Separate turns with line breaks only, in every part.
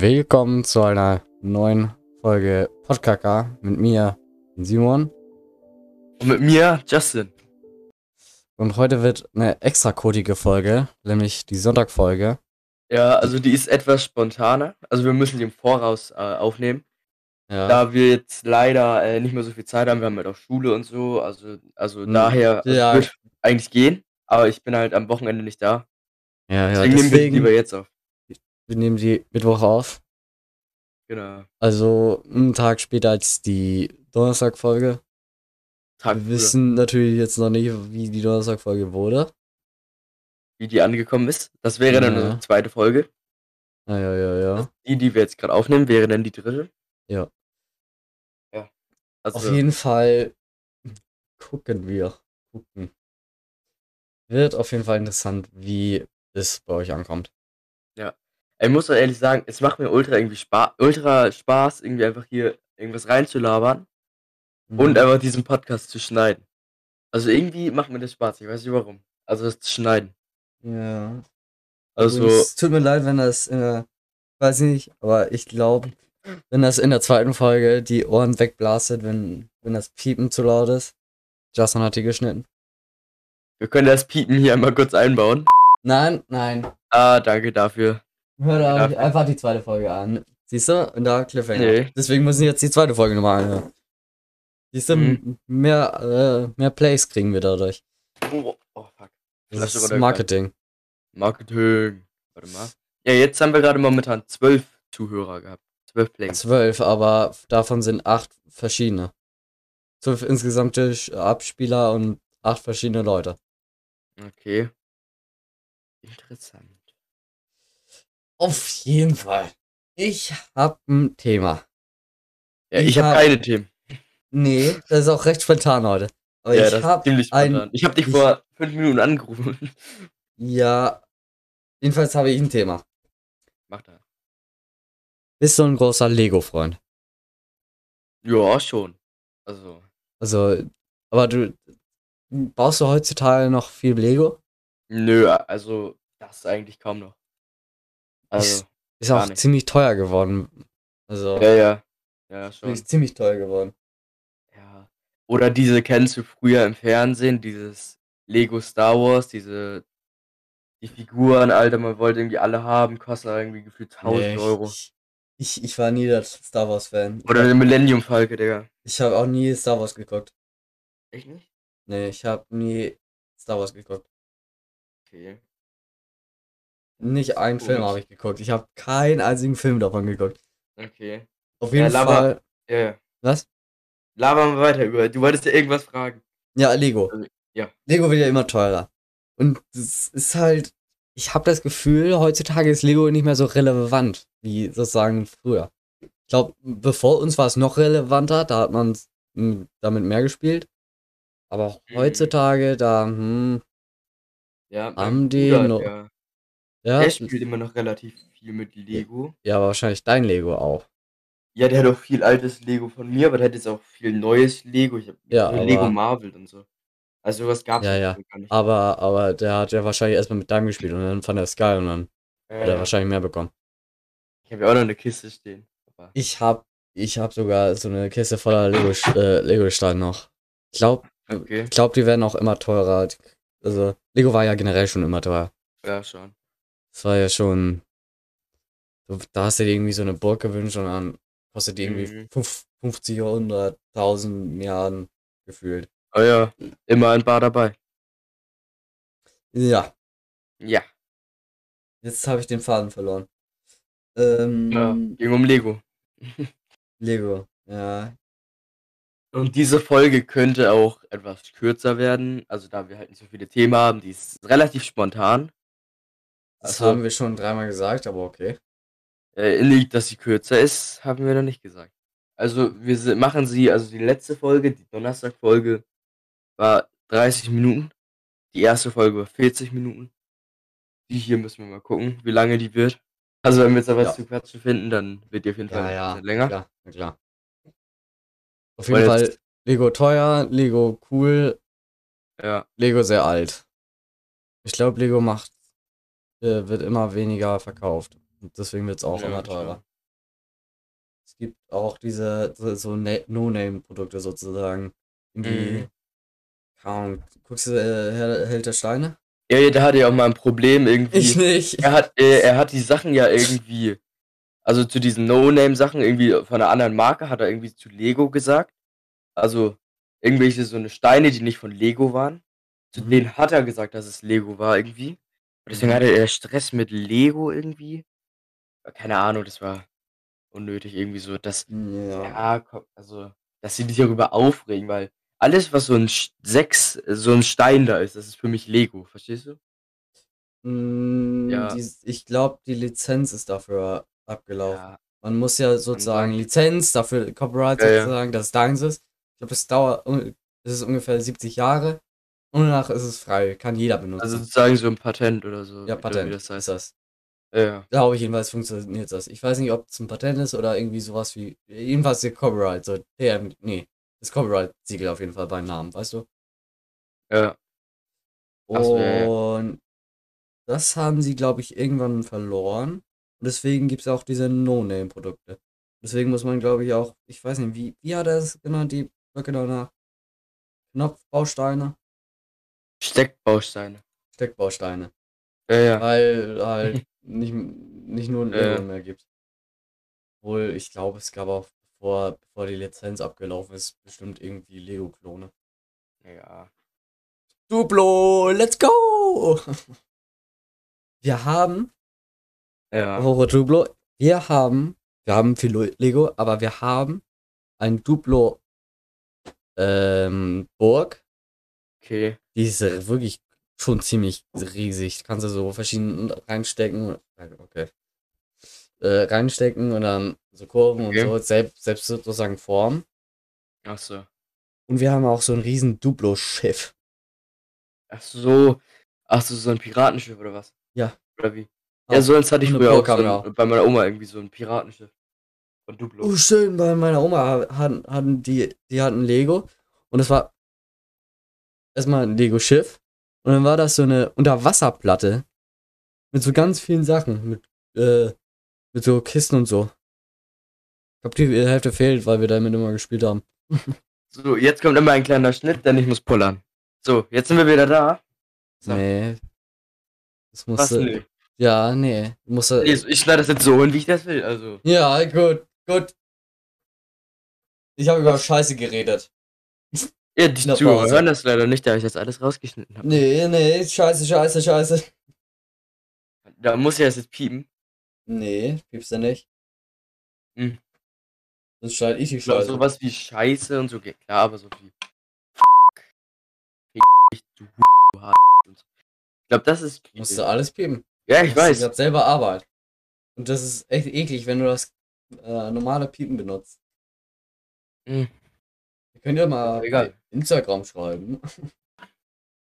Willkommen zu einer neuen Folge Podkaka mit mir, Simon.
Und mit mir, Justin.
Und heute wird eine extra kotige Folge, nämlich die Sonntagfolge.
Ja, also die ist etwas spontaner. Also wir müssen die im Voraus äh, aufnehmen.
Ja.
Da wir jetzt leider äh, nicht mehr so viel Zeit haben, wir haben halt auch Schule und so. Also, also
Hm.
daher also
Ja.
wird eigentlich gehen. Aber ich bin halt am Wochenende nicht da.
ja, ja,
deswegen nehmen wir die
deswegen,
lieber jetzt auf.
wir nehmen die Mittwoch auf.
Genau.
Also einen Tag später als die Donnerstagfolge.
Tag
Wir
früher.
wissen natürlich jetzt noch nicht, wie die Donnerstagfolge wurde.
wie die angekommen ist. Das wäre dann
Ja.
unsere zweite Folge.
Ja, ja, ja, ja.
Die, die wir jetzt gerade aufnehmen, wäre dann die dritte.
Ja.
Ja.
Auf
Also,
jeden Fall gucken wir. Gucken. Wird auf jeden Fall interessant, wie es bei euch ankommt.
ich muss doch ehrlich sagen, es macht mir ultra irgendwie Spaß, ultra Spaß, irgendwie einfach hier irgendwas reinzulabern.
Mhm.
Und einfach diesen Podcast zu schneiden. Also irgendwie macht mir das Spaß, ich weiß nicht warum. Also das zu schneiden.
ja.
Also
Übrigens, tut mir leid, wenn das in der, weiß ich nicht, aber ich glaube, wenn das in der zweiten Folge die Ohren wegblastet, wenn, wenn das Piepen zu laut ist. Justin hat die geschnitten.
wir können das Piepen hier einmal kurz einbauen.
Nein, nein.
Ah, danke dafür.
Hör da
Ja.
einfach die zweite Folge an. Siehst du? Und da Cliffhanger.
Nee.
Deswegen müssen wir jetzt die zweite Folge nochmal anhören. Siehst du,
Mhm.
m- mehr, äh, mehr Plays kriegen wir dadurch.
Oh, oh fuck.
Das
Flasche
ist
runtergefallen.
Marketing.
Marketing. Warte mal. Ja, jetzt haben wir gerade momentan zwölf Zuhörer gehabt. Zwölf Plays.
Zwölf, aber davon sind acht verschiedene. Zwölf insgesamte Sch- Abspieler und acht verschiedene Leute.
Okay. Interessant.
Auf jeden Fall. Ich hab ein Thema.
Ja,
Ich
ich habe
hab-
keine Themen.
Nee, das ist auch recht spontan heute. Aber
ja,
ich
das
hab
ist ziemlich
ein-
spontan. Ich habe dich
ich-
vor fünf Minuten angerufen.
Ja. Jedenfalls habe ich ein Thema.
Mach da.
Bist du ein großer Lego-Freund?
Ja, schon. Also,
Also, aber du baust du heutzutage noch viel Lego?
nö, also das eigentlich kaum noch. Also.
Ist
Gar
auch
nicht.
ziemlich teuer geworden. Also,
Ja, ja. Ja, schon.
ist ziemlich teuer geworden.
Ja. Oder diese kennst du früher im Fernsehen, dieses Lego Star Wars, diese die Figuren, Alter, man wollte irgendwie alle haben, kosten aber irgendwie gefühlt 1000
Nee, ich-
Euro.
Ich, ich, ich war nie der Star Wars Fan.
Oder den Millennium Falke, Digga.
Ich habe auch nie Star Wars geguckt.
Echt nicht?
Nee, ich habe nie Star Wars geguckt.
Okay.
Nicht einen Film
Komisch.
habe ich geguckt. Ich habe keinen einzigen Film davon geguckt.
Okay.
Auf jeden
laber.
Fall.
Ja, ja.
Was?
Labern wir weiter über. Du wolltest ja irgendwas fragen.
Ja, Lego.
Also, ja.
Lego wird ja immer teurer. Und es ist halt, ich habe das Gefühl, heutzutage ist Lego nicht mehr so relevant wie sozusagen früher. Ich glaube, bevor uns war es noch relevanter, da hat man damit mehr gespielt. Aber
Mhm.
heutzutage, da, hm,
Ja, mein
Haben die
Bruder,
noch-
der,
ja,
der spielt immer noch relativ viel mit Lego.
ja, aber wahrscheinlich dein Lego auch.
Ja, der hat auch viel altes Lego von mir, aber der hat jetzt auch viel neues Lego. Ich hab
Ja,
so
aber-
Lego Marvel und so. Also sowas gab's
Ja,
ja, Ah,
ja.
gar nicht.
Aber, aber der hat ja wahrscheinlich erstmal mit deinem gespielt und dann fand er es geil und dann
Ja,
hat er
ja.
wahrscheinlich mehr bekommen.
Ich habe ja auch noch eine Kiste stehen. Aber
Ich hab, ich hab sogar so eine Kiste voller Lego, äh, Lego-Steine noch. Ich glaube,
okay,
Ich glaube, die werden auch immer teurer. Also, Lego war ja generell schon immer teuer.
ja schon.
Es war ja schon. du- Da hast du dir irgendwie so eine Burg gewünscht und dann kostet die irgendwie
Mhm.
fünf- 50, 100, 1000 Milliarden gefühlt.
Oh ja, immer ein Bar dabei.
Ja,
Ja,
jetzt habe ich den Faden verloren. Ähm,
ja. ging um Lego.
Lego. Ja,
Und diese Folge könnte auch etwas kürzer werden. Also da wir halt nicht so viele Themen haben, die ist relativ spontan.
das
Also-
haben wir schon dreimal gesagt, aber okay.
Äh, liegt, dass sie kürzer ist, haben wir noch nicht gesagt. Also wir si- machen sie, also die letzte Folge, die Donnerstagfolge, war 30 Minuten. Die erste Folge war 40 Minuten. Die hier müssen wir mal gucken, wie lange die wird. Also wenn wir jetzt aber
Ja.
was zu quatschen finden, dann wird die auf jeden Fall
Ja, ja.
bisschen länger.
Klar, na klar. Auf
Weil
jeden Fall
jetzt-
Lego teuer, Lego cool,
Ja,
Lego sehr alt. Ich glaube, Lego macht, äh, wird immer weniger verkauft. Deswegen wird es auch
Ja,
immer
klar.
teurer. Es gibt auch diese so- so Na- No-Name-Produkte sozusagen. Irgendwie,
Mhm.
keine Ahnung, guckst du äh, Herr, Held der Steine?
Ja, ja, der hatte ja auch mal ein Problem irgendwie.
Ich nicht.
er hat, äh, er hat die Sachen ja irgendwie, also zu diesen No-Name-Sachen irgendwie von einer anderen Marke hat er irgendwie zu Lego gesagt. Also irgendwelche so eine Steine, die nicht von Lego waren. Zu
Mhm.
denen hat er gesagt, dass es Lego war irgendwie. Und deswegen
Mhm.
hatte er Stress mit Lego irgendwie. Keine Ahnung, das war unnötig irgendwie so, dass
Ja.
ja, komm, also, dass sie dich darüber aufregen, weil alles, was so ein Sch- sechs, so ein Stein da ist, das ist für mich Lego, verstehst du?
Mm,
Ja.
Die, ich glaube, die Lizenz ist dafür abgelaufen.
Ja,
Man muss ja sozusagen
sein.
Lizenz dafür, Copyright
Ja, ja.
sozusagen, dass es deins ist. Ich glaube, das dauert, un- das ist ungefähr 70 Jahre. Und danach ist es frei, kann jeder benutzen.
also sozusagen so ein Patent oder so.
Mhm. ja,
oder
Patent
Wie das
ist
heißt.
das.
Ja,
Glaube ich jedenfalls funktioniert das. Ich weiß nicht, ob es ein Patent ist oder irgendwie sowas wie, jedenfalls der Copyright, so DM, nee, das Copyright-Siegel auf jeden Fall beim Namen, weißt du?
ja. Ach so, ja,
Und das haben sie, glaube ich, irgendwann verloren. Und deswegen gibt es auch diese No-Name-Produkte. Deswegen muss man, glaube ich, auch, ich weiß nicht, wie, wie hat er es genannt, die Brücke danach? Knopfbausteine,
Steckbausteine.
Steckbausteine.
Ja, ja.
Weil halt nicht, nicht nur ein
Ja.
Lego mehr gibt. Obwohl, ich glaube, es gab auch, bevor, bevor die Lizenz abgelaufen ist, bestimmt irgendwie Lego-Klone.
ja.
Duplo, let's go! Wir haben
Ja.
Apropos Duplo, wir haben, wir haben viel Lo- Lego, aber wir haben ein Duplo ähm, Burg.
Okay.
Die ist wirklich schon ziemlich riesig. Kannst du so verschieden reinstecken. Ah, Okay. Äh, reinstecken und dann so Kurven
Okay.
und so, selbst, selbst sozusagen formen.
Ach so.
Und wir haben auch so ein riesen Duplo-Schiff.
Ach so. Ach so, so ein Piratenschiff oder was?
Ja.
Oder wie?
Auch.
Ja, so eins hatte ich
Und eine
früher auch so
Pro-Kamera.
ein, bei meiner Oma irgendwie so ein Piratenschiff. Von Duplo.
Oh, schön, bei meiner Oma hatten, hatten die, die hatten Lego und es war erstmal ein Lego-Schiff und dann war das so eine Unterwasserplatte mit so ganz vielen Sachen, mit, äh, mit so Kisten und so. Ich glaube, die Hälfte fehlt, weil wir damit immer gespielt haben.
So, jetzt kommt immer ein kleiner Schnitt, denn ich muss pullern. So, jetzt sind wir wieder da. So.
Nee. Das
Was
musste.
nee.
Ja, nee. Musste.
Nee, so, Ich schneide das jetzt so hin, wie ich das will. Also,
Ja, gut, gut. Ich habe über Scheiße geredet.
ja, die
Na,
Zuhörer
Pause.
hören das leider nicht, da ich jetzt alles rausgeschnitten habe.
Nee, nee, Scheiße, Scheiße, Scheiße.
Da muss ich das jetzt piepen.
Nee, piepst du nicht.
Hm.
Sonst schneide ich die
Ich glaube,
Scheiße.
Also sowas wie Scheiße und so geht klar, aber so wie. Ich glaube, das ist.
Musst du alles piepen.
Ja, ich
Das ist
weiß.
grad selber Arbeit. Und das ist echt eklig, wenn du das äh, normale Piepen benutzt.
Hm.
Ihr könnt ja mal
Egal.
bei Instagram schreiben.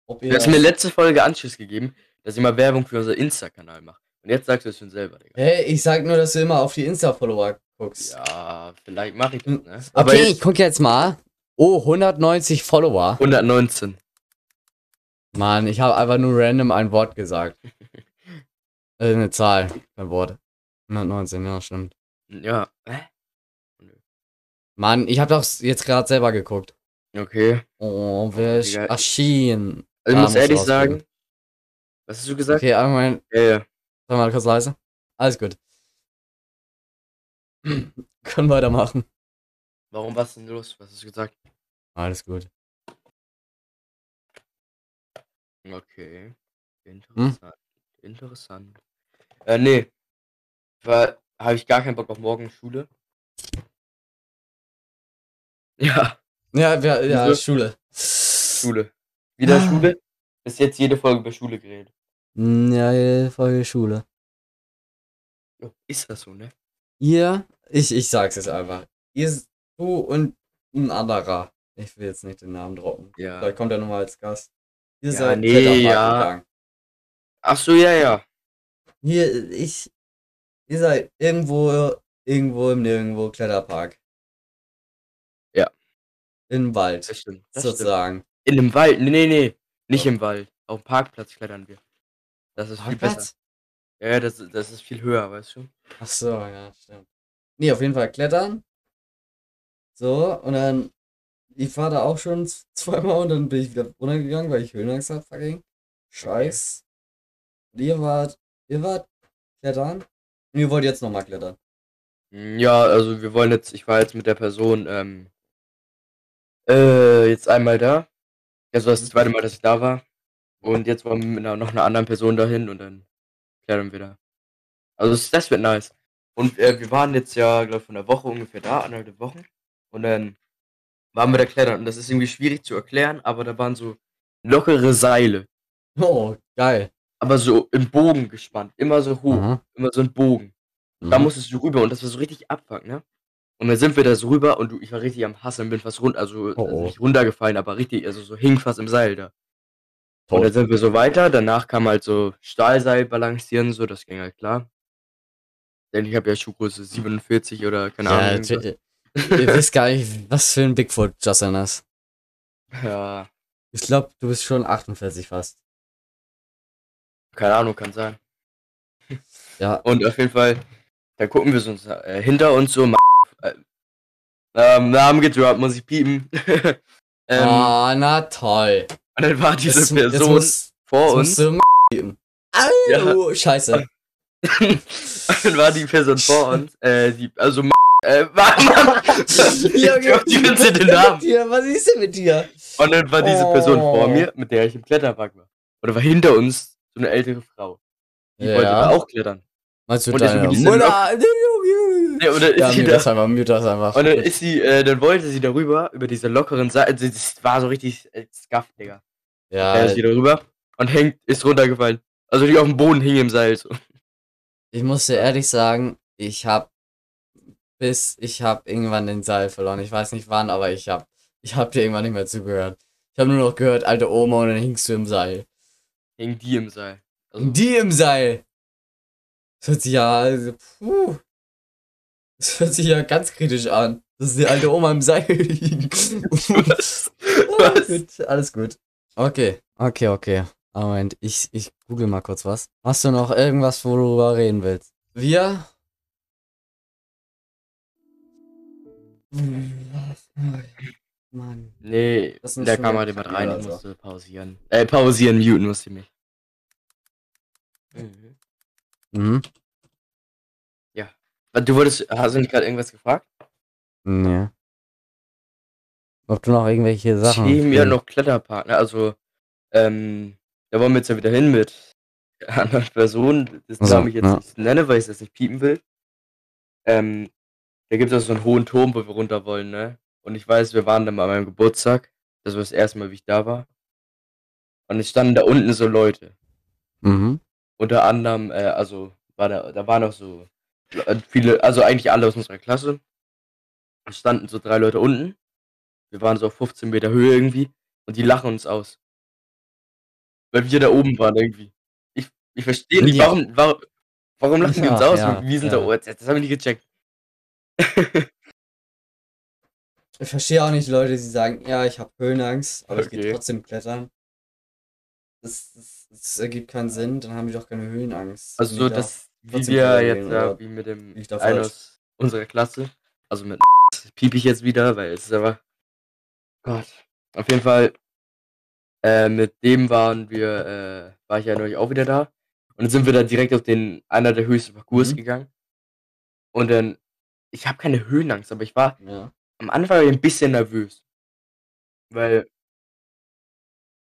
Ob ihr.
Du hast mir letzte Folge Anschiss gegeben, dass ich mal Werbung für unser Insta-Kanal mache. Und jetzt sagst du es schon selber, Digga.
hey, ich sag nur, dass du immer auf die Insta-Follower guckst.
Ja, vielleicht mache ich das,
Hm.
ne? Aber
Okay, ich
jetzt
guck jetzt mal. Oh, 190 Follower.
119.
Mann, ich habe einfach nur random ein Wort gesagt. äh, eine Zahl, kein Wort. 119, ja, stimmt.
Ja. Hä?
Mann, ich habe doch jetzt gerade selber geguckt.
Okay.
Oh, wir
Digga, ich-
erschienen.
Also
Ah,
ich muss
musst
ehrlich
du
sagen. Was hast du gesagt?
Okay, einen Moment.
Ja, ja.
Sag mal kurz leise. Alles gut. Können weitermachen.
Warum was denn los? Was hast du gesagt?
Alles gut.
Okay. Hm? Interessant. Interessant. Äh, nee. Weil habe ich gar keinen Bock auf morgen Schule. Ja,
Ja, wir, ja,
Wieso?
Schule.
Schule. Wieder
Ah.
Schule? Bis jetzt jede Folge über Schule geredet.
Hm, Ja, ja, voll Schule.
Ja, Ist das so, ne?
Ihr, ich, ich sag's jetzt einfach. Ihr, du und ein anderer. Ich will jetzt nicht den Namen droppen.
Ja.
Vielleicht kommt er nochmal als Gast. Ihr
Ja,
seid halt
nee,
Kletterpark
ja.
gegangen.
Ach so, ja, ja.
Hier, ich. Ihr seid irgendwo, irgendwo im Nirgendwo Kletterpark.
Ja.
Im Wald,
Das stimmt. Das stimmt.
sozusagen.
In dem Oh. Wald. Nee, nee, nee. Nicht im Wald. Auf dem Parkplatz klettern wir. Das ist viel besser. Ja, das, das ist viel höher, weißt du?
Ach so, ja, stimmt. Nee, auf jeden Fall klettern. So, und dann, ich war da auch schon z- zweimal und dann bin ich wieder runtergegangen, weil ich Höhenangst hab, fucking. Scheiß. Und ihr wart, ihr wart klettern. Und ihr wollt jetzt nochmal klettern.
Ja, also wir wollen jetzt, ich war jetzt mit der Person, ähm, äh, jetzt einmal da. Also das zweite Mal, dass ich da war. Und jetzt wollen wir mit einer, noch einer anderen Person dahin und dann klettern wir da. Also das, das wird nice. Und äh, wir waren jetzt ja, glaube ich, von der Woche ungefähr da, anderthalb Wochen. Und dann waren wir da klettern. Und das ist irgendwie schwierig zu erklären, aber da waren so lockere Seile.
Oh, geil.
Aber so im Bogen gespannt. Immer so hoch.
Aha.
Immer so ein Bogen. Uh, Da
Mhm.
musstest du rüber und das war so richtig abfuck, ne? Und dann sind wir da so rüber und du, ich war richtig am Hasseln, bin fast runter, also,
Oh,
also
oh.
nicht runtergefallen, aber richtig, also so hing fast im Seil da. Und
Toll.
dann sind wir so weiter, danach kam halt so Stahlseil balancieren, so, das ging halt klar. Denn ich habe ja Schuhgröße 47 oder keine
ja,
Ahnung.
t-
irgendwas.
ihr wisst gar nicht, was für ein Bigfoot Justin ist.
Ja,
Ich glaube, du bist schon 48 fast.
keine Ahnung, kann sein.
Ja,
Und auf jeden Fall, dann gucken wir so uns, äh, hinter uns so, äh, ähm, Namen gedroppt, muss ich piepen. ähm,
Ah, na toll.
Und dann war diese
Jetzt- jetzt
Person
muss-
vor
jetzt
uns.
musst du M- geben. Au, scheiße.
Und dann war die Person vor uns, äh, die, also, M- äh, war,
Junge,
die ganze den Namen.
Dir, was ist denn mit dir?
Und dann war diese Person
Oh.
vor mir, mit der ich im Kletterpark war. Oder war hinter uns so eine ältere Frau. Die wollte da auch klettern.
Meinst du
Und jetzt
deine
bin ich so
Mutter? Junge.
Ja, oder ist
Ja,
sie
mute
da?
das einfach, mute das einfach.
Und dann ist sie, äh, dann wollte sie darüber, über diese lockeren Seite, also das war so richtig äh, scuff, Digga. Da
ja,
ist sie darüber und hängt, ist runtergefallen. Also die auf dem Boden hing im Seil so.
ich muss dir ehrlich sagen, ich hab bis ich hab irgendwann den Seil verloren. Ich weiß nicht wann, aber ich hab ich hab dir irgendwann nicht mehr zugehört. Ich habe nur noch gehört, alte Oma und dann hingst du im Seil.
Hing die im Seil. Also,
Und die im Seil. Das hört sich ja, also, puh. Das hört sich ja ganz kritisch an. Das ist die alte Oma im Seil. Was?
Was?
Gut, alles gut. Okay, okay, okay. Ah, Moment, ich, ich google mal kurz was. Hast du noch irgendwas, worüber reden willst? Wir? Mann.
Nee,
Das sind
da
schon
kam
wieder
halt jemand
Kacke
rein,
oder
ich
so.
musste pausieren. Äh, pausieren, muten musste ich mich.
Mhm.
Was, Du wolltest, hast du nicht gerade irgendwas gefragt?
Nee. Ob du noch irgendwelche Sachen.
ich nehme ja noch Kletterpartner, also, ähm, da wollen wir jetzt ja wieder hin mit der anderen Person, das
Also,
Namen ich jetzt
ja.
nicht nenne, weil ich das nicht piepen will. Ähm, da gibt es auch so einen hohen Turm, wo wir runter wollen, ne? Und ich weiß, wir waren da mal an meinem Geburtstag, das war das erste Mal, wie ich da war. Und es standen da unten so Leute.
Mhm.
Unter anderem, äh, also war da, da waren auch so äh, viele, also eigentlich alle aus unserer Klasse. Es standen so drei Leute unten. Wir waren so auf 15 Meter Höhe irgendwie und die lachen uns aus. Weil wir da oben waren irgendwie. Ich, ich verstehe nicht,
Ja.
warum, warum, warum lachen die uns
Ja,
aus?
ja,
wir sind
ja.
da oben. Das haben wir nicht gecheckt.
Ich verstehe auch nicht Leute, die sagen, ja, ich habe Höhenangst, aber ich
Okay.
gehe trotzdem klettern. Das, das, das ergibt keinen Sinn, dann haben die doch keine Höhenangst.
Also
Bin
so,
ich da-
das, wie
trotzdem
wir
klettern
jetzt
gehen,
da,
oder
wie mit dem
lieg ich da
einen
falsch?
aus unserer Klasse, also mit piep ich jetzt wieder, weil es ist aber, Gott, auf jeden Fall, äh, mit dem waren wir, äh, war ich ja neulich auch wieder da und dann sind wir da direkt auf den, einer der höchsten Parcours
Mhm.
gegangen und dann, ich habe keine Höhenangst, aber ich war
Ja.
am Anfang ein bisschen nervös, weil,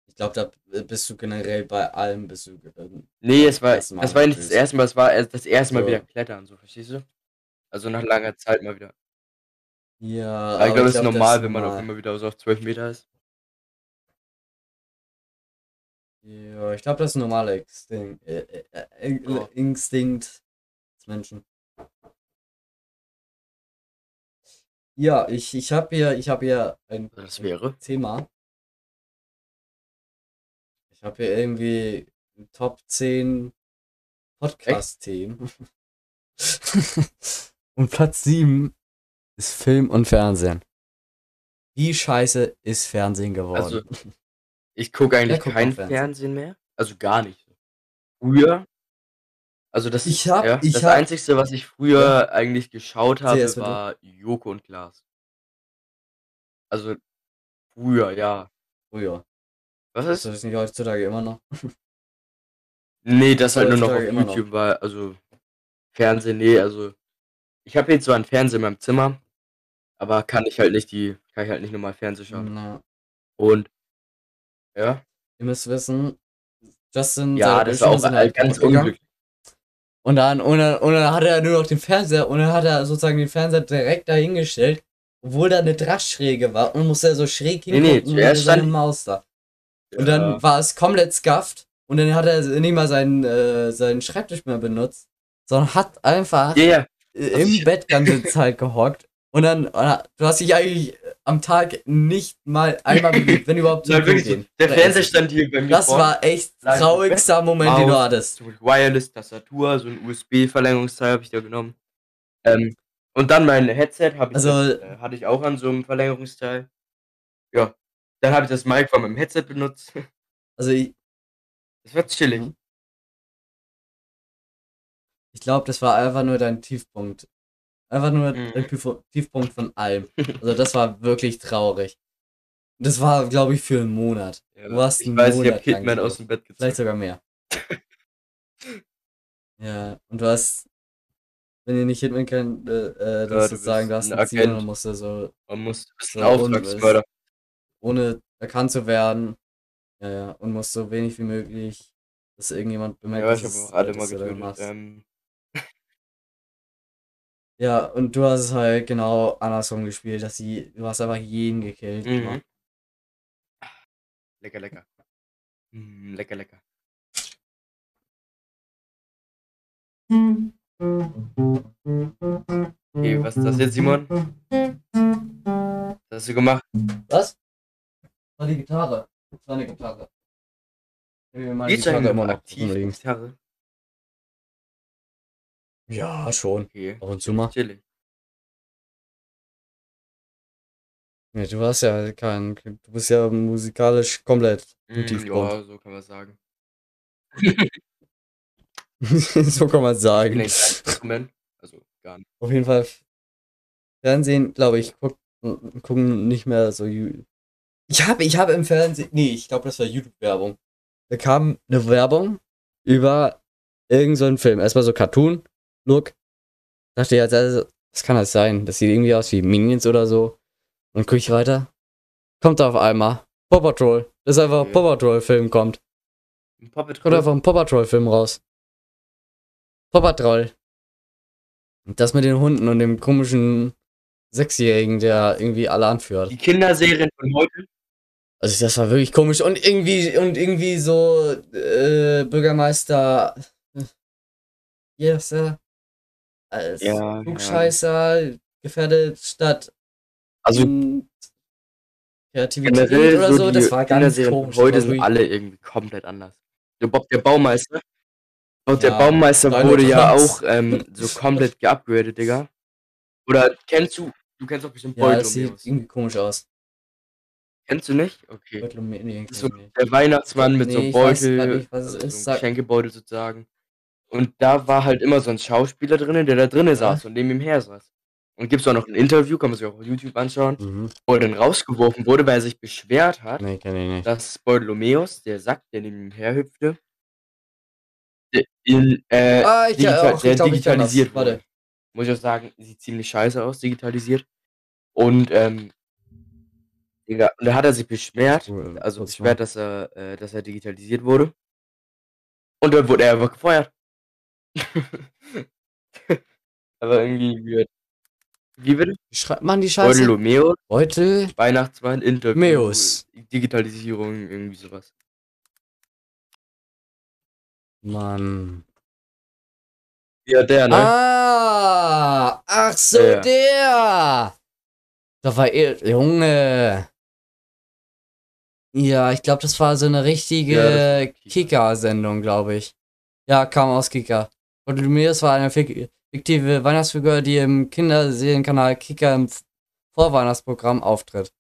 Ich glaube, da äh, bist du generell bei allem bist du ähm, gewesen.
nee, es war,
Das
das
macht
war nicht das
nervös.
erste Mal, es war erst das erste Mal
So.
wieder klettern, so, verstehst du? Also nach langer Zeit mal wieder.
Ja,
Aber ich glaube, das ist normal, wenn man
normal.
auf einmal wieder so auf 12 Meter ist.
Ja, ich glaube, das ist ein normaler Instinkt, äh, äh, äh, In-
Ja.
Instinkt des Menschen. Ja, ich, ich habe hier, ich habe hier ein
Das wäre.
Thema. Ich habe hier irgendwie Top 10 Podcast-Themen. und Platz 7 ist Film und Fernsehen. Wie scheiße ist Fernsehen geworden?
Also, ich gucke eigentlich
Wer guckt
kein
noch
Fernsehen.
Fernsehen?
mehr. Also gar nicht. Früher Also das,
Ich hab-
ja,
ich
das
hab-
Einzige, was ich früher eigentlich geschaut habe,
CS bitte.
war Joko und Klaas. Also früher, ja.
Oh ja.
Was
Ist
ist?
das nicht heutzutage immer noch?
Nee, das halt nur noch auf
Heutzutage immer noch.
YouTube, weil, also Fernsehen, nee, also ich habe jetzt zwar einen Fernseher in meinem Zimmer, aber kann ich halt nicht die, kann ich halt nicht normal Fernsehen schauen.
Na,
Und ja,
ihr müsst wissen, Justin,
ja,
seine
das
Bildschirme
war auch
sind
halt ganz
kaputt gegangen.
unglücklich.
Und dann, und dann, und dann hat er nur noch den Fernseher, und dann hat er sozusagen den Fernseher direkt dahingestellt, obwohl da eine Drachtschräge war, und musste er so schräg
Nee, nee,
hingucken und hatte
zuerst
seine
stand-
Maus da. Und
Ja.
dann war es komplett scuffed, und dann hat er nicht mal seinen, äh, seinen Schreibtisch mehr benutzt, sondern hat einfach
Ja, ja,
äh, im
ich-
Bett ganze Zeit gehockt. Und dann, äh, du hast dich eigentlich am Tag nicht mal einmal bewegt, wenn überhaupt
Nein,
Klo
wirklich, so.
gehen.
der
Oder
Fernseher
essen.
stand hier bei mir
Das
vorne.
war echt
lag im
traurigster Moment, den du
Maus.
hattest.
so mit Wireless-Tastatur, so ein USB-Verlängerungsteil habe ich da genommen. Ähm, und dann mein Headset habe ich
Also-
das, äh, hatte ich auch an so einem Verlängerungsteil. Ja. Dann habe ich das Mic von meinem Headset benutzt.
Also ich,
Das war chillig.
Mhm. Ich glaube, das war einfach nur dein Tiefpunkt. Einfach nur
Mhm.
dein Tief- Tiefpunkt von allem. Also das war wirklich traurig. Das war, glaube ich, für einen Monat.
Ja,
Du warst
ich
einen
weiß, ich habe
Monat lang
Hitman
so.
aus dem Bett
Vielleicht
gezogen.
sogar mehr. ja, und du hast, wenn ihr nicht Hitman kennt, äh, äh, du
Ja,
hast
du
sozusagen,
bist
du hast
ein
ein Ziel und
Agent.
dann musst du so,
Man muss du bist ein
Ja, und
Auftragsmörder.
ohne erkannt zu werden, ja, ja, und musst so wenig wie möglich, dass irgendjemand bemerkt,
Ja, ich halt
dass
habe
es-
auch alle
dass
mal
du da
getötet.
äh, machst.
Ähm,
Ja, und du hast es halt genau andersrum gespielt, dass sie, du hast einfach jeden gekillt. immer.
mhm. Lecker, lecker.
Mhm.
Mm, lecker, lecker. Mhm. Okay, was ist das jetzt, Simon? Das hast du gemacht.
Was? War die Gitarre. Das war eine Gitarre. Ich hab meine
Geht's
Gitarre
eigentlich
immer
noch
noch
aktiv?
rumliegen.
Gitarre?
Ja, schon.
Okay,
Ab und zu mal.
chillig.
Ja, du warst ja kein, du bist ja musikalisch komplett
Mm,
im Tiefpunkt.
ja, so kann man sagen.
so kann man
Ich bin
sagen.
ein kleines Instrument. Also gar nicht.
Auf jeden Fall. Fernsehen, glaube ich, guck, gucken nicht mehr so. Ju- Ich habe ich hab im Fernsehen. Nee, ich glaube, das war YouTube-Werbung. Da kam eine Werbung über irgendeinen so einen Film. Erstmal so Cartoon-Look. Dachte ich als erstes, was kann das sein? Das sieht irgendwie aus wie Minions oder so. Und guck ich weiter. Kommt da auf einmal Paw Patrol. Das ist einfach
Ja.
ein Paw Patrol-Film kommt.
Ein Puppet
Kommt einfach ein Paw Patrol-Film raus. Paw Patrol. Und Das mit den Hunden und dem komischen Sechsjährigen, der irgendwie alle anführt.
Die Kinderserien von heute.
Also das war wirklich komisch. Und irgendwie, und irgendwie so äh, Bürgermeister Jesse als
Ja,
Flugscheißer gefährdet statt
Also
in Kreativität
generell
oder so.
die
Das war ganz
Kinderserien von
komisch.
heute
Das war
sind
wirklich-
alle irgendwie komplett anders. Der Bob der Baumeister. Bob der
Ja,
Baumeister
Donald
wurde ja
Trumps.
auch ähm, so komplett geupgradet, Digga. Oder kennst du, du kennst doch bestimmt
ja,
Beutel
das sieht irgendwie komisch aus.
Kennst du nicht? Okay.
Beutelmilch, nee,
So,
kenn ich nicht.
Äh, der Weihnachtsmann mit so
Nee,
einem
ich weiß grad
Beutel,
nicht, was es
also
ist.
so
Sag-
einem Geschenkebeutel sozusagen. Und da war halt immer so ein Schauspieler drinnen, der da drinnen saß und neben ihm her saß. Und gibt's auch noch ein Interview, kann man sich auch auf YouTube anschauen,
Mhm.
wo er dann rausgeworfen wurde, weil er sich beschwert hat,
Nee, kenn ich nicht.
dass Bartholomäus, der Sack, der neben ihm herhüpfte, der in, äh,
Ah, ich,
digital,
ja, auch,
der
ich glaube, ich kann das.
digitalisiert wurde.
Warte.
Muss ich auch sagen, sieht ziemlich scheiße aus, digitalisiert. Und, ähm, Digga, und da hat er sich beschwert, also beschwert, dass er, äh, dass er digitalisiert wurde. Und dann wurde er einfach gefeuert. Aber irgendwie weird. Wie bitte?
Wie schreibt man die Scheiße?
Bartolomeo,
Beutel.
Weihnachtsmann, Interview,
Meus.
Digitalisierung, irgendwie sowas.
Mann.
Ja, der, ne?
Ah, ach so,
Ja, ja.
der. Da war er, Junge. Ja, ich glaube, das war so eine
Ja,
richtige
das war Kika.
Kika-Sendung, glaube ich. Ja, kam aus Kika. Und Lumiers war eine fik- fiktive Weihnachtsfigur, die im Kinderserienkanal Kika im Vorweihnachtsprogramm auftritt.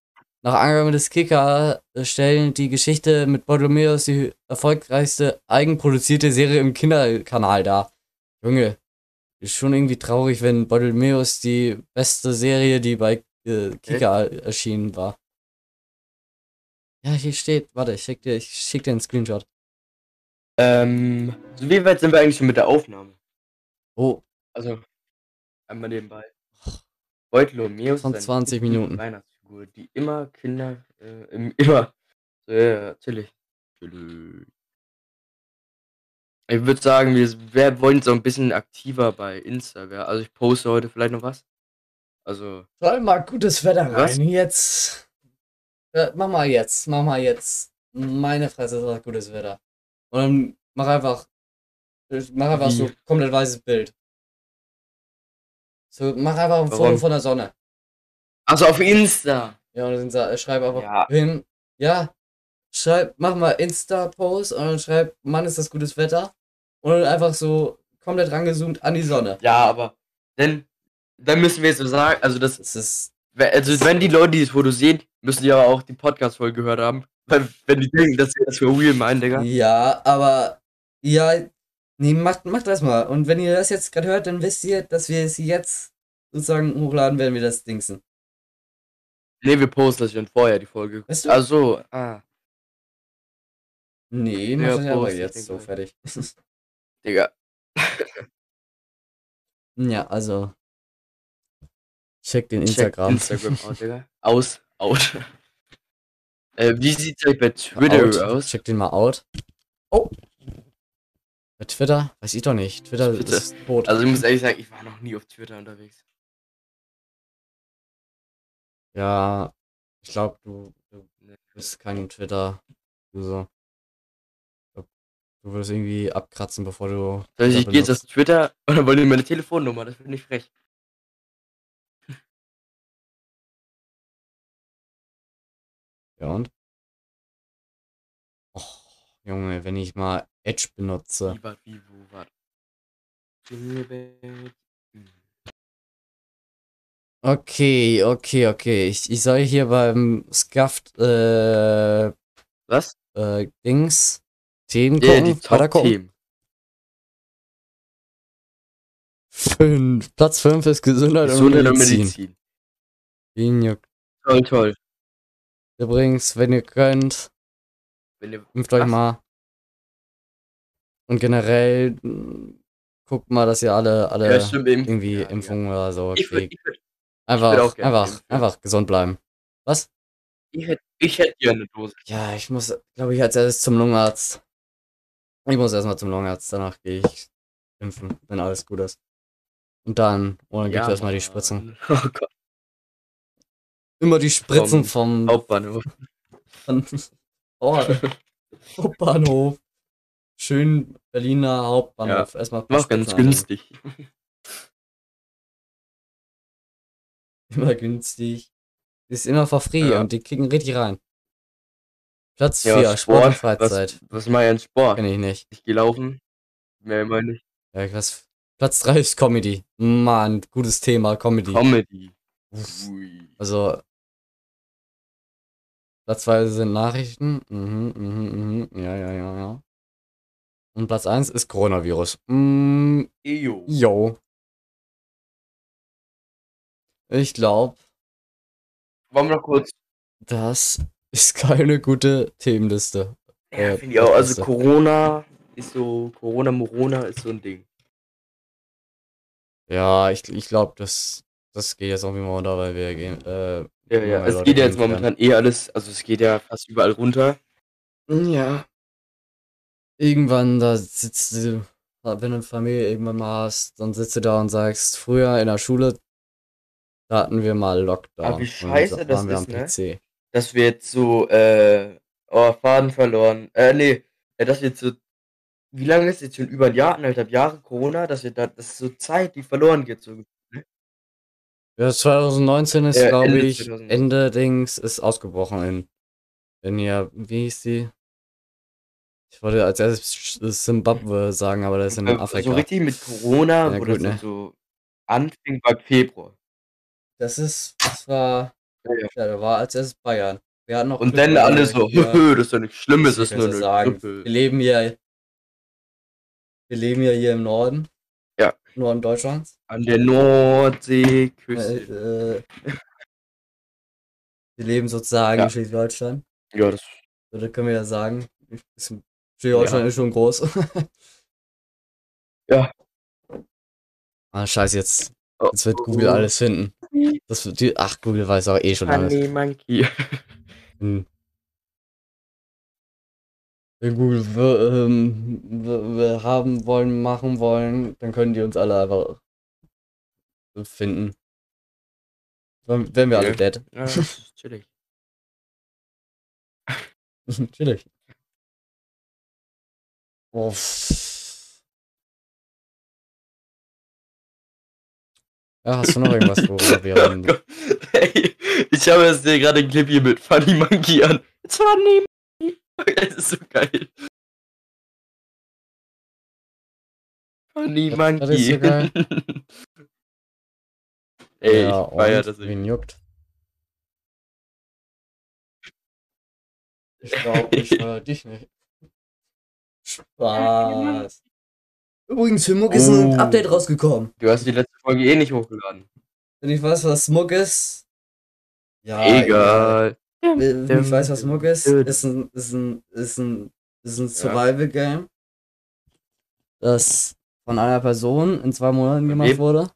Nach Angaben des Kicker stellen die Geschichte mit Bartholomäus die erfolgreichste eigenproduzierte Serie im Kinderkanal dar. Junge, ist schon irgendwie traurig, wenn Bartolomeus die beste Serie, die bei äh, Kika erschienen war. Ja, hier steht, warte, ich schick dir, ich schick dir einen Screenshot.
Ähm, so wie weit sind wir eigentlich schon mit der Aufnahme?
Oh,
Also, einmal nebenbei. Beutelomeus
Von
ist eine
20
fiktive
Minuten.
Weihnachtsfigur, die immer Kinder, äh, im, immer. So, ja, ja, natürlich. Natürlich. Ich würde sagen, wir, wir wollen so ein bisschen aktiver bei Insta. wer- Also ich poste heute vielleicht noch was. Also,
soll mal gutes Wetter
Was?
rein. Jetzt. Äh, mach mal jetzt, mach mal jetzt. Meine Fresse ist auch gutes Wetter. Und dann mach einfach. äh, Mach einfach
Wie?
so komplett weißes Bild. So, mach einfach ein Foto
Warum?
von der Sonne.
also auf Insta.
Ja, und dann sa- äh, schreib einfach
Ja.
hin. Ja, schreib, mach mal Insta-Post und dann schreib, Mann, ist das gutes Wetter. Und dann einfach so komplett rangezoomt an die Sonne.
Ja, aber dann, dann müssen wir jetzt so sagen, also das
Das ist.
We- Also, wenn die Leute dieses Foto sehen, müssen die aber auch die Podcast-Folge gehört haben. Weil, wenn die denken, dass wir das für real meinen, Digga.
Ja, aber ja, nee, macht, macht das mal. Und wenn ihr das jetzt gerade hört, dann wisst ihr, dass wir es jetzt sozusagen hochladen, wenn wir das dingsen.
Nee, wir posten das schon vorher, die Folge.
Weißt du?
Ach so, ah.
Nee,
Ja,
mach das aber
Prost, ich
jetzt
denk
so
mal.
fertig.
Digga.
Ja, also. Check den
Check
Instagram.
Instagram aus, Digga. Aus, out. äh, wie sieht's euch bei Twitter
out.
aus?
Check den mal out. Oh! Bei Twitter? Weiß ich doch nicht. Twitter
Twitter.
ist tot.
Also, ich muss ehrlich sagen, ich war noch nie auf Twitter unterwegs.
ja, ich glaube, du, du
Nee.
bist kein Twitter-User. Ich glaub, Du würdest irgendwie abkratzen, bevor du.
Soll ich,
Twitter
ich gehe jetzt auf
benutzt.
Twitter und dann wollen die meine Telefonnummer, das finde ich frech.
Ja und? Och, Junge, wenn ich mal Edge benutze.
Wie, wat, wie, wo, wat. Hm.
Okay, okay, okay. Ich, ich soll hier beim Scuffed äh,
Was?
äh, Dings Themen
Ja,
gucken.
die
Weiter gucken.
Top-Themen.
Fünf. Platz 5 ist Gesundheit und
Gesundheit und
Medizin.
Medizin.
Wen juckt.
Toll, toll.
Übrigens, wenn ihr könnt,
Wenn ihr
impft euch
Was?
mal. Und generell mh, guckt mal, dass ihr alle, alle
ja, stimmt, impfen,
irgendwie
ja,
Impfungen oder so
Ja. Ich würde
kriegt.
ich würd,
Einfach,
auch gerne
einfach,
impfen.
einfach gesund bleiben. Was?
ich hätt, ich hätt gerne eine Dose.
Ja, ich muss, glaube ich, als erstes zum Lungenarzt. Ich muss erstmal zum Lungenarzt, danach gehe ich impfen, wenn alles gut ist. Und dann, oder gibt es erstmal die
Mann.
Spritzen.
Oh Gott,
Immer die Spritzen vom,
Hauptbahnhof.
von oh, Hauptbahnhof. Schön Berliner Hauptbahnhof. Erstmal ein paar
War auch ganz
Spritzen
günstig.
annehmen. Immer günstig. Ist immer for free
Ja.
und die kicken richtig rein. Platz 4,
Ja,
Sport,
Sport,
und Freizeit.
Was, was mache ich an Sport?
Kenn ich nicht.
Ich geh laufen. Mehr meine ich.
Ja, was, Platz 3 ist Comedy. Mann, gutes Thema, Comedy.
Comedy.
Uff.
Ui.
Also. Platz 2 sind Nachrichten. Mhm, mhm, mhm. Ja, ja, ja, ja. Und Platz 1 ist Coronavirus. Mm,
Ejo.
yo. Ich glaube,
Wollen wir noch kurz.
das ist keine gute Themenliste.
Ja,
Äh,
finde ich auch. Also
Liste.
Corona ist so. Corona Morona ist so ein Ding.
Ja, ich, ich glaube, das, das geht jetzt auch wieder runter, weil wir gehen. Äh,
Ja,
Ja,
ja.
weil
Es
Leute
geht ja jetzt
geimpft werden.
momentan eh alles. Also es geht ja fast überall runter. Hm,
ja. Irgendwann, da sitzt du, wenn du eine Familie irgendwann mal hast, dann sitzt du da und sagst, früher in der Schule, da hatten wir mal Lockdown.
Aber wie
Und
scheiße
da
das
waren wir
ist, ne?
am PC.
dass wir jetzt so, äh, oh, Faden verloren. Äh, nee, äh, dass wir jetzt so, wie lange ist jetzt schon über ein Jahr, anderthalb Jahre Corona, dass wir da, das ist so Zeit, die verloren geht. So.
Ja, 2019 ist,
Äh,
glaube
Ende
ich,
2019.
Ende Dings ist ausgebrochen in, in ja, wie hieß die? Ich wollte als erstes Zimbabwe sagen, aber das ist in
Äh,
Afrika.
So richtig mit Corona,
Ja,
wo
gut,
das
ne?
dann so anfing, war Februar.
Das ist, das war,
Ja, ja.
ja, da war als erstes Bayern. Wir hatten noch
Und
Glück,
dann
weil
alle
wir
so,
hier-
höhö, das ist doch nichts Schlimmes, das ist
Ich
nur
würde
eine
sagen,
Grippe.
Wir leben ja, wir leben ja hier im Norden.
Ja.
Norden Deutschlands.
An der Nordseeküste.
Äh, äh, wir leben sozusagen
Ja.
in Schleswig-Holstein.
Ja, das
So, das können wir ja sagen. Ist- Schleswig-Holstein ist schon groß.
Ja.
Ah, scheiße, jetzt,
Oh.
jetzt wird Google alles finden. Das wird die, ach, Google weiß auch eh schon alles.
Honey Monkey.
Hm. Wenn Google wir, ähm, wir, wir haben wollen, machen wollen, dann können die uns alle einfach finden. Dann wären wir alle
Ja.
dead.
Ja, das ist chillig.
Natürlich. Oh. pff. Ja, hast du noch irgendwas, worüber wir reden?
Ey, ich habe jetzt dir gerade einen Clip hier mit Funny Monkey an. It's Funny Monkey. Das ist so geil. Funny
Das- das ist
Monkey.
so geil.
Ey,
Ja,
ich feier
und?
das irgendwie.
Wen juckt? Ich glaube, ich höre dich nicht. Spaß. Übrigens, für Muck ist ein
Oh.
Update rausgekommen.
Du hast die letzte Folge eh nicht hochgeladen.
Wenn ich weiß, was Muck ist.
Ah,
Ja,
Egal.
Wenn wenn Äh, ich weiß, was Muck ist,
Düm.
ist ein, ist ein, ist ein, ist ein Survival-Game, das von einer Person in zwei Monaten gemacht
Überlebt.
wurde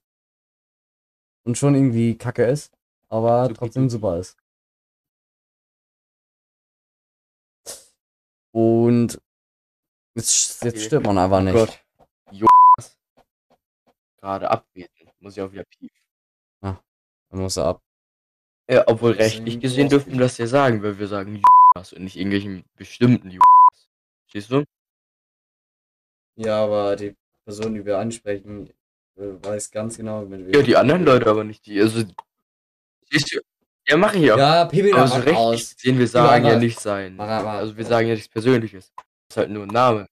und schon irgendwie kacke ist, aber
Supi
trotzdem super ist. Und jetzt, jetzt
Okay.
stirbt man einfach
Oh
nicht.
Gott. Jonas. Gerade abwerten. Muss ich auch wieder piepen.
Man muss er ab.
Ja, obwohl
Deswegen
rechtlich gesehen
brauchst
dürfen wir das ja sagen, weil wir sagen Jonas und nicht irgendwelchen bestimmten Jonas. Siehst du?
Ja, aber die Person, die wir ansprechen, weiß ganz genau, mit wem.
Ja, die anderen Leute aber nicht. Die, also, siehst du? Ja, mache ich auch.
Ja, Pipi
aber
darf
so
auch
rechtlich
aus.
gesehen, wir sagen ja
andere-
nicht sein.
Mach, mach.
Also, wir sagen ja nichts Persönliches. Das ist halt nur ein Name.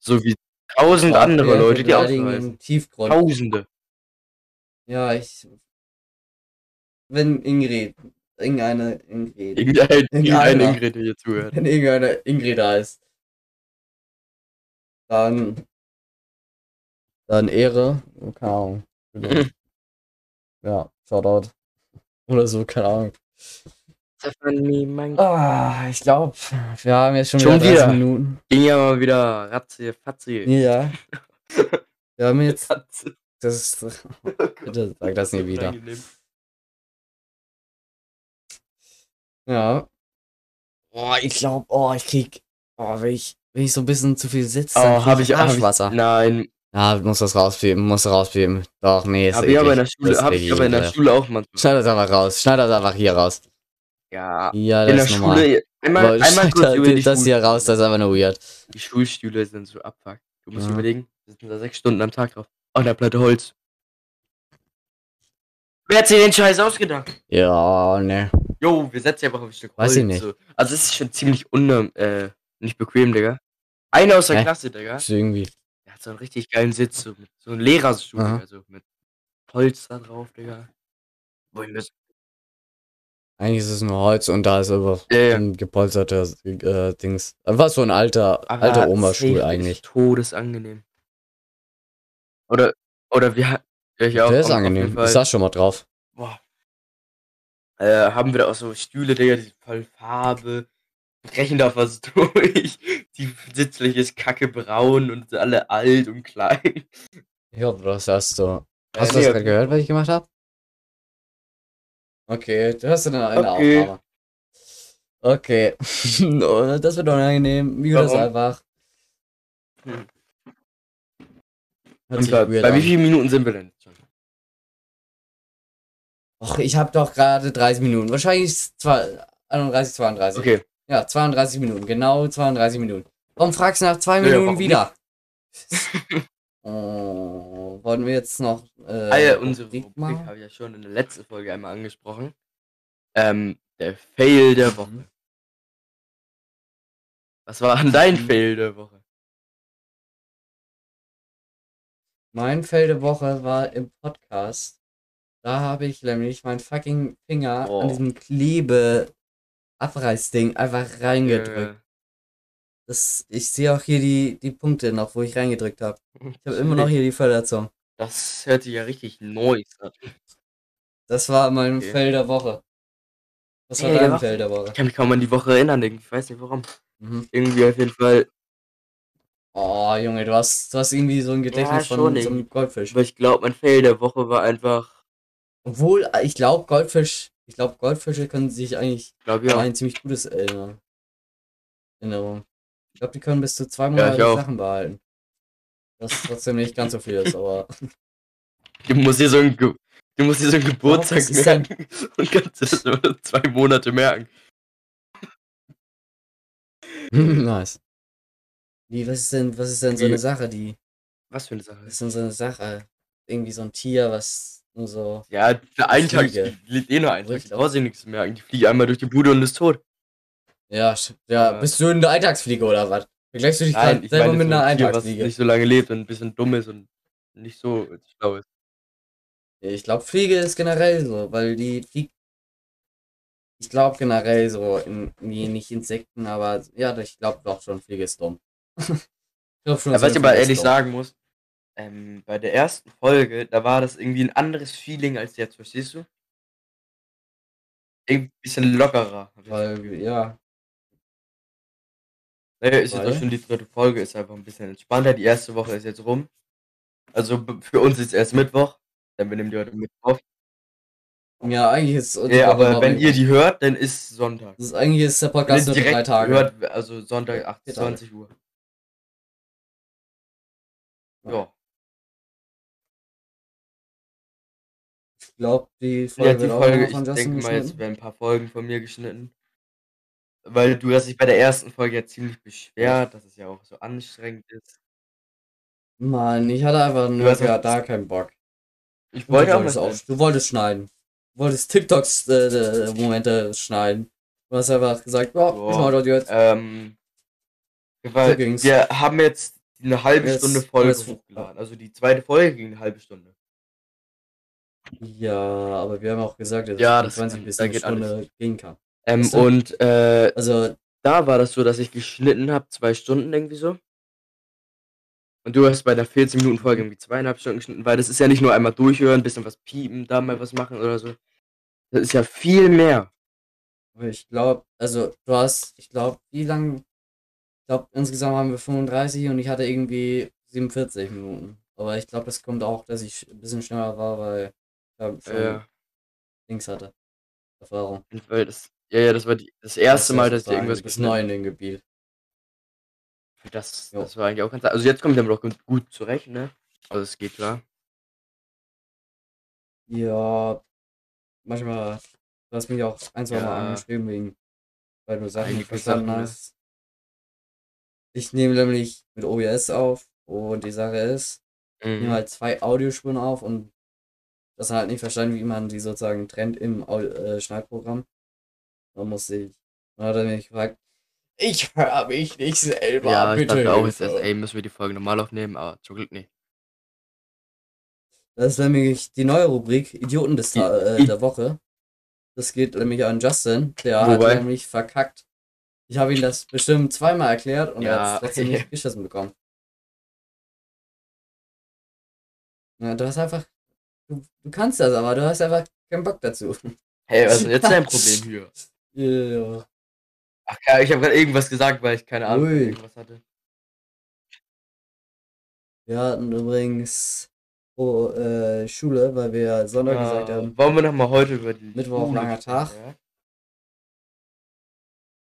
So wie tausend
Boah,
andere
wir
Leute, die auch so
beleidigen
heißen.
im Tiefgrund.
Tausende.
Ja, ich. Wenn Ingrid. Irgendeine Ingrid.
Irgendein, irgendein
Irgendeiner.
Ingrid, der hier zuhört.
Wenn irgendeine Ingrid da ist. Dann. Dann Ehre. Keine Ahnung. ja, Shoutout. Oder so, keine Ahnung. Ah, ich glaube, wir haben jetzt schon,
Schon
wieder 30
wieder?
Minuten.
Ging ja mal wieder Ratze, Fatze.
Ja. Wir haben jetzt.
Ratze.
Das ist, bitte sag das nie wieder.
Unangenehm.
Ja. Boah, ich glaube, oh, ich krieg. Oh, wenn ich, wenn ich so ein bisschen zu viel sitze,
Oh,
dann krieg
hab ich- hab ich-
Arschwasser.
Nein,
Ja, muss das rauspiepen, muss rauspiepen. Doch, nee, ist
habe ich aber in
eklig.
der
Das
Schule,
ist
hab ich
eklig,
aber in der
Alter.
Schule auch manchmal.
Schneid das einfach raus, schneid das einfach hier raus.
Ja,
Ja, das
in der
ist normal.
Schule. Einmal,
Leute,
einmal
schneid
kurz
das-
über die,
das
Schul
hier raus, das ist einfach nur weird.
die Schulstühle sind so abfuck. Du musst
Ja.
überlegen, wir sitzen da sechs Stunden am Tag drauf. Oh, der Platte Holz. Wer hat sich den Scheiß ausgedacht?
Ja, ne.
Jo, wir setzen einfach auf ein Stück Holz.
Weiß ich nicht.
So. Also es ist schon ziemlich un äh, nicht bequem, Digga. Einer aus der
Hä?
Klasse, Digga.
Ist irgendwie.
Der hat so einen richtig geilen Sitz, so, mit, so einen Lehrerstuhl,
Aha.
also mit Holz da drauf, Digga. Wollen wir
Eigentlich ist es nur Holz und da ist aber
Ja, ja.
ein gepolsterter äh, Dings. Was so ein alter,
Aber
alter
safe
Omastuhl
ist
eigentlich.
Todesangenehm. Oder, oder wir ha- ja, ich auch.
Der ist
auf- auf
angenehm.
jeden Fall.
Ich saß schon mal drauf.
Boah. Äh, haben wir da auch so Stühle, Digga, die sind voll Farbe. Brechen da was durch. Die Sitzfläche ist kacke braun und sind alle alt und klein. Äh,
Ich hoffe, das hast du.
Ja,
Hast du das
nee, okay.
gerade gehört, was ich gemacht habe? Okay, du hast dann eine
Okay.
Aufnahme. Okay. Oh, das wird unangenehm. Mir das
Warum?
einfach.
Hm.
Hört sich
Und
weird
bei wie
an.
vielen Minuten sind wir denn jetzt schon?
Och, ich habe doch gerade 30 Minuten. Wahrscheinlich zwei- 31, 32.
Okay.
Ja, 32 Minuten. Genau 32 Minuten. Warum fragst du nach zwei
Ja,
Minuten
warum
wieder? oh, wollen wir jetzt noch. Äh,
Ah ja, unsere Rubrik
machen?
habe ich ja schon in der letzten Folge einmal angesprochen. Ähm, der Fail der Woche.
Mhm.
Was war denn dein
Mhm.
Fail der Woche?
Mein Fail der Woche war im Podcast. Da habe ich nämlich meinen fucking Finger
Wow.
an diesem Klebe-Abreißding einfach reingedrückt.
Äh,
Das, ich sehe auch hier die, die Punkte noch, wo ich reingedrückt habe.
Ich
Ich habe immer noch hier die Verletzung.
Das hört sich ja richtig neu an.
Das war mein
Okay.
Fail der Woche. Das war
Ja,
dein
ja.
Fail der Woche.
Ich kann mich kaum an die Woche erinnern, irgendwie. ich weiß nicht warum.
Mhm.
Irgendwie auf jeden Fall.
Oh, Junge, du hast, du hast irgendwie so ein Gedächtnis
schon
von so einem Goldfisch.
Aber ich glaube, mein Fail der Woche war einfach.
Obwohl, äh, ich glaube, Goldfisch, ich glaube, Goldfische können sich eigentlich
Ich glaube
an
ja.
ein ziemlich gutes erinnern. Erinnerung. Ich glaube, die können bis zu zwei
ich
Monate
auch.
Sachen behalten. Das trotzdem nicht ganz so viel ist, aber.
Du musst dir so ein, Ge du musst dir so ein Geburtstag
was ist denn-
merken. Und kannst dir das über zwei Monate merken.
nice. Wie, was ist denn, was ist denn so
Wie-
eine Sache, die.
Was für eine Sache.
Was ist denn so eine Sache? Irgendwie so ein Tier, was nur so.
Ja, für einen Tag
Fliege.
die lebt eh nur einen Tag.
Richtig.
Da brauchst du dir nichts merken. Die fliegt einmal durch die Bude und ist tot.
Ja, sch- ja,
Ja.
bist du eine Alltagsfliege oder was? Vergleichst du dich gerade selber mit
so
einer
ein Tier, was
Alltagsfliege?
nicht so lange lebt und ein bisschen dumm ist und nicht so schlau ist.
Ich glaube, Fliege ist generell so, weil die fliegt. Ich glaube generell so, in, nee, nicht Insekten, aber ja, ich glaube doch schon, Fliege ist dumm. ich glaub schon,
Ja,
so
was ich
eine
aber
Fliege ist
ehrlich
dumm.
sagen muss, ähm, bei der ersten Folge, da war das irgendwie ein anderes Feeling als jetzt, verstehst du? Irgendwie ein bisschen lockerer. hab ich das Gefühl.
Weil, ja,
Naja, ist jetzt auch
Weil?
schon die dritte Folge, ist einfach ein bisschen entspannter. Die erste Woche ist jetzt rum. Also b- für uns ist erst Mittwoch, dann wir nehmen die heute Mittwoch.
ja, eigentlich ist.
Ja, aber wenn ihr die hört, dann ist Sonntag.
Das ist, eigentlich ist der Podcast
Wenn
nur
ihr
drei Tage.
Hört, also Sonntag
Vier
28 Uhr. Ja.
Ich glaube, die Folge
Ja, die
wird auch
Folge,
nochmal
ich
von Justin
denke mal, jetzt
geschnitten.
werden ein paar Folgen von mir geschnitten. Weil du hast dich bei der ersten Folge ja ziemlich beschwert, dass es ja auch so anstrengend ist.
Mann, ich hatte einfach nur
hast
ja,
jetzt-
da keinen Bock.
Ich
Und
wollte
du
auch
wolltest
mal
auch, Du wolltest schneiden. Du wolltest TikToks äh, äh, Momente schneiden. Du hast einfach gesagt, oh,
Boah.
ich mach doch jetzt.
Ähm, weil
ging's.
wir haben jetzt eine halbe
Jetzt-
Stunde Folge
jetzt-
hochgeladen. Also die zweite Folge ging eine halbe Stunde.
Ja, aber wir haben auch gesagt, dass
Ja,
es
das
20
kann-
bis
da
eine
geht
Stunde gehen kann.
Ähm,
Stimmt.
und äh,
Also,
da war das so, dass ich geschnitten habe, zwei Stunden irgendwie so. Und du hast bei der 14-Minuten-Folge irgendwie zweieinhalb Stunden geschnitten, weil das ist ja nicht nur einmal durchhören, bisschen was piepen, da mal was machen oder so. Das ist ja viel mehr.
ich glaube, also du hast, ich glaube, wie lang? Ich glaube, insgesamt haben wir 35 und ich hatte irgendwie 47 Minuten. Aber ich glaube, das kommt auch, dass ich ein bisschen schneller war, weil ich ja, schon
Ja,
Dings hatte. Erfahrung.
weil das, ja, ja, das war die, das erste Mal, dass ich irgendwas
bis
geschnitten
neu in dem Gebiet.
habe. Das,
Jo.
das war eigentlich auch ganz. Also jetzt komme ich damit auch gut- gut zurecht, ne? Also es geht klar.
Ja, manchmal, du hast mich auch ein, zwei Mal
Ja.
angeschrieben, wegen, weil du Sachen nicht
Einige
verstanden
Sachen
hast. Ich nehme nämlich mit OBS auf und die Sache ist, ich nehme
Mhm.
halt zwei Audiospuren auf und das hat halt nicht verstanden, wie man die sozusagen trennt im Au äh, Schneidprogramm. Da musste ich, dann hat er mich gefragt, ich höre mich nicht selber,
Ja, ich
bitte.
dachte auch jetzt
Hilfe."
erst, ey, müssen wir die Folge normal aufnehmen, aber zum Glück nicht.
Das ist nämlich die neue Rubrik Idioten des Ta äh,
I-
der Woche. Das geht nämlich an Justin, der
Wobei?
hat nämlich verkackt. Ich habe ihm das bestimmt zweimal erklärt und er
Ja.
hat es trotzdem nicht geschissen bekommen. Ja, du hast einfach. Du, du kannst das, aber du hast einfach keinen Bock dazu.
Hey, was ist denn jetzt dein Problem hier?
Ja.
Ach ja, ich habe gerade irgendwas gesagt, weil ich keine Ahnung von
Ui.
irgendwas hatte.
Wir hatten übrigens oh, äh, Schule, weil wir Sonntag gesagt
Ah,
haben.
Wollen wir nochmal heute über die
Mittwoch,
Schule
langer
sprechen,
Tag.
ja?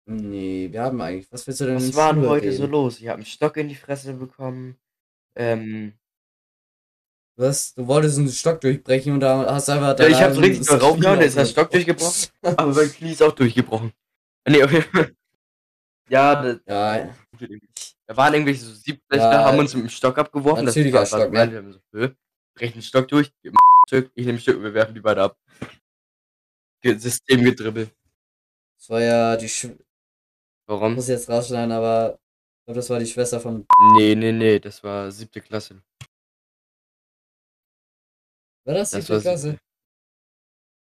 Nee, wir haben eigentlich. Was willst du denn in
Was war denn
Schule
heute
reden?
so los? Ich habe einen Stock in die Fresse bekommen. Ähm,
Was? Du wolltest einen Stock durchbrechen und da hast du einfach.
ja, ich
deinen
hab's richtig doll
Knie
raufgehauen, da ist der
aufge-
Stock durchgebrochen. aber mein Knie ist auch durchgebrochen. Nee, auf jeden Fall. Ja, da,
Ja,
da waren irgendwelche so Siebklässler,
Ja,
haben uns mit dem Stock abgeworfen.
ein zügiger
war- war
Stock,
gemein,
ne?
wir haben so, "Hö, brechen den Stock durch, gib mir ein Stück, ich nehme ein Stück und wir werfen die beide ab. Ge- Systemgedribbel.
das war ja die. Sch ich
Warum?
muss jetzt rausschneiden, aber. Ich glaube, das war die Schwester von.
Nee, nee, nee, das war siebte Klasse.
War das die
Das war
siebte Klasse?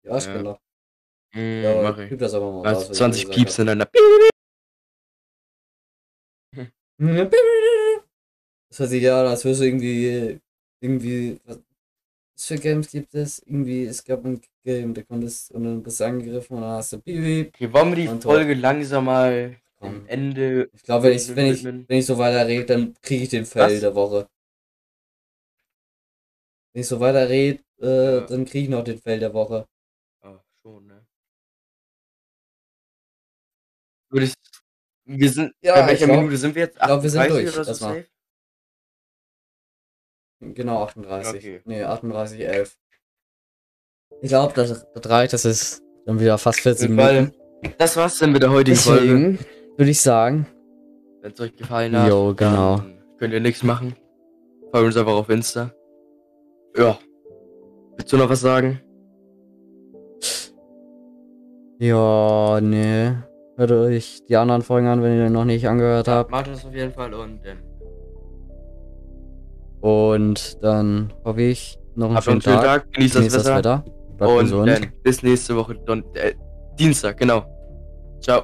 Die Arschkinder.
Mm,
Ja,
mach
aber
ich.
gib das aber mal raus. was
Also
ich
20
gesagt
Pieps
hab.
in einer
Mhm, Das hört sich ja an, als hörst du irgendwie. Irgendwie. was- was für Games gibt es? Irgendwie, es gab ein Game, da konntest und dann bist du angegriffen und dann hast du Piep.
Okay, wollen wir die
Und so.
Folge langsam mal am
Komm.
Ende.
Ich glaube, wenn ich, wenn ich,
Widmen.
wenn ich so weiter rede, dann kriege ich den Fail
Was?
der Woche. Wenn ich so weiter rede, äh,
Ja.
dann kriege ich noch den Fail der Woche.
Ah, schon, ne? Würde ich. Wir sind.
Ja,
bei
ich
welcher
glaub-
Minute sind wir jetzt? Ich
glaub, wir sind durch,
Oder so
erstmal.
safe?
Genau, 38.
Okay.
Nee, 38, 11. Ich glaube, das, das reicht. Das ist dann wieder fast 40
Auf jeden
Minuten.
Fall. Das war's dann mit ne? der heutigen Folge.
Deswegen würde ich sagen,
Wenn es euch gefallen hat,
Jo, genau.
dann könnt ihr nichts machen. Folgt uns einfach auf Insta. Ja. Willst du noch was sagen?
ja, nee. Hört euch die anderen Folgen an, wenn ihr die noch nicht angehört habt.
Macht das auf jeden Fall und ähm, dann
Und dann hoffe ich noch einen
habt noch einen
schönen
schönen
Tag.
Tag, genießt das
Genießt das
Wetter,
Wetter. Bleibt
und
gesund.
dann bis nächste Woche Don äh, Dienstag, genau. Ciao.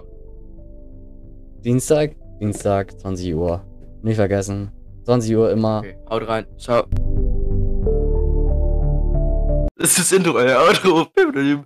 Dienstag, Dienstag, 20 Uhr. Nicht vergessen. 20 Uhr immer.
Okay, haut rein. Ciao. Das ist das Intro, äh, Outro.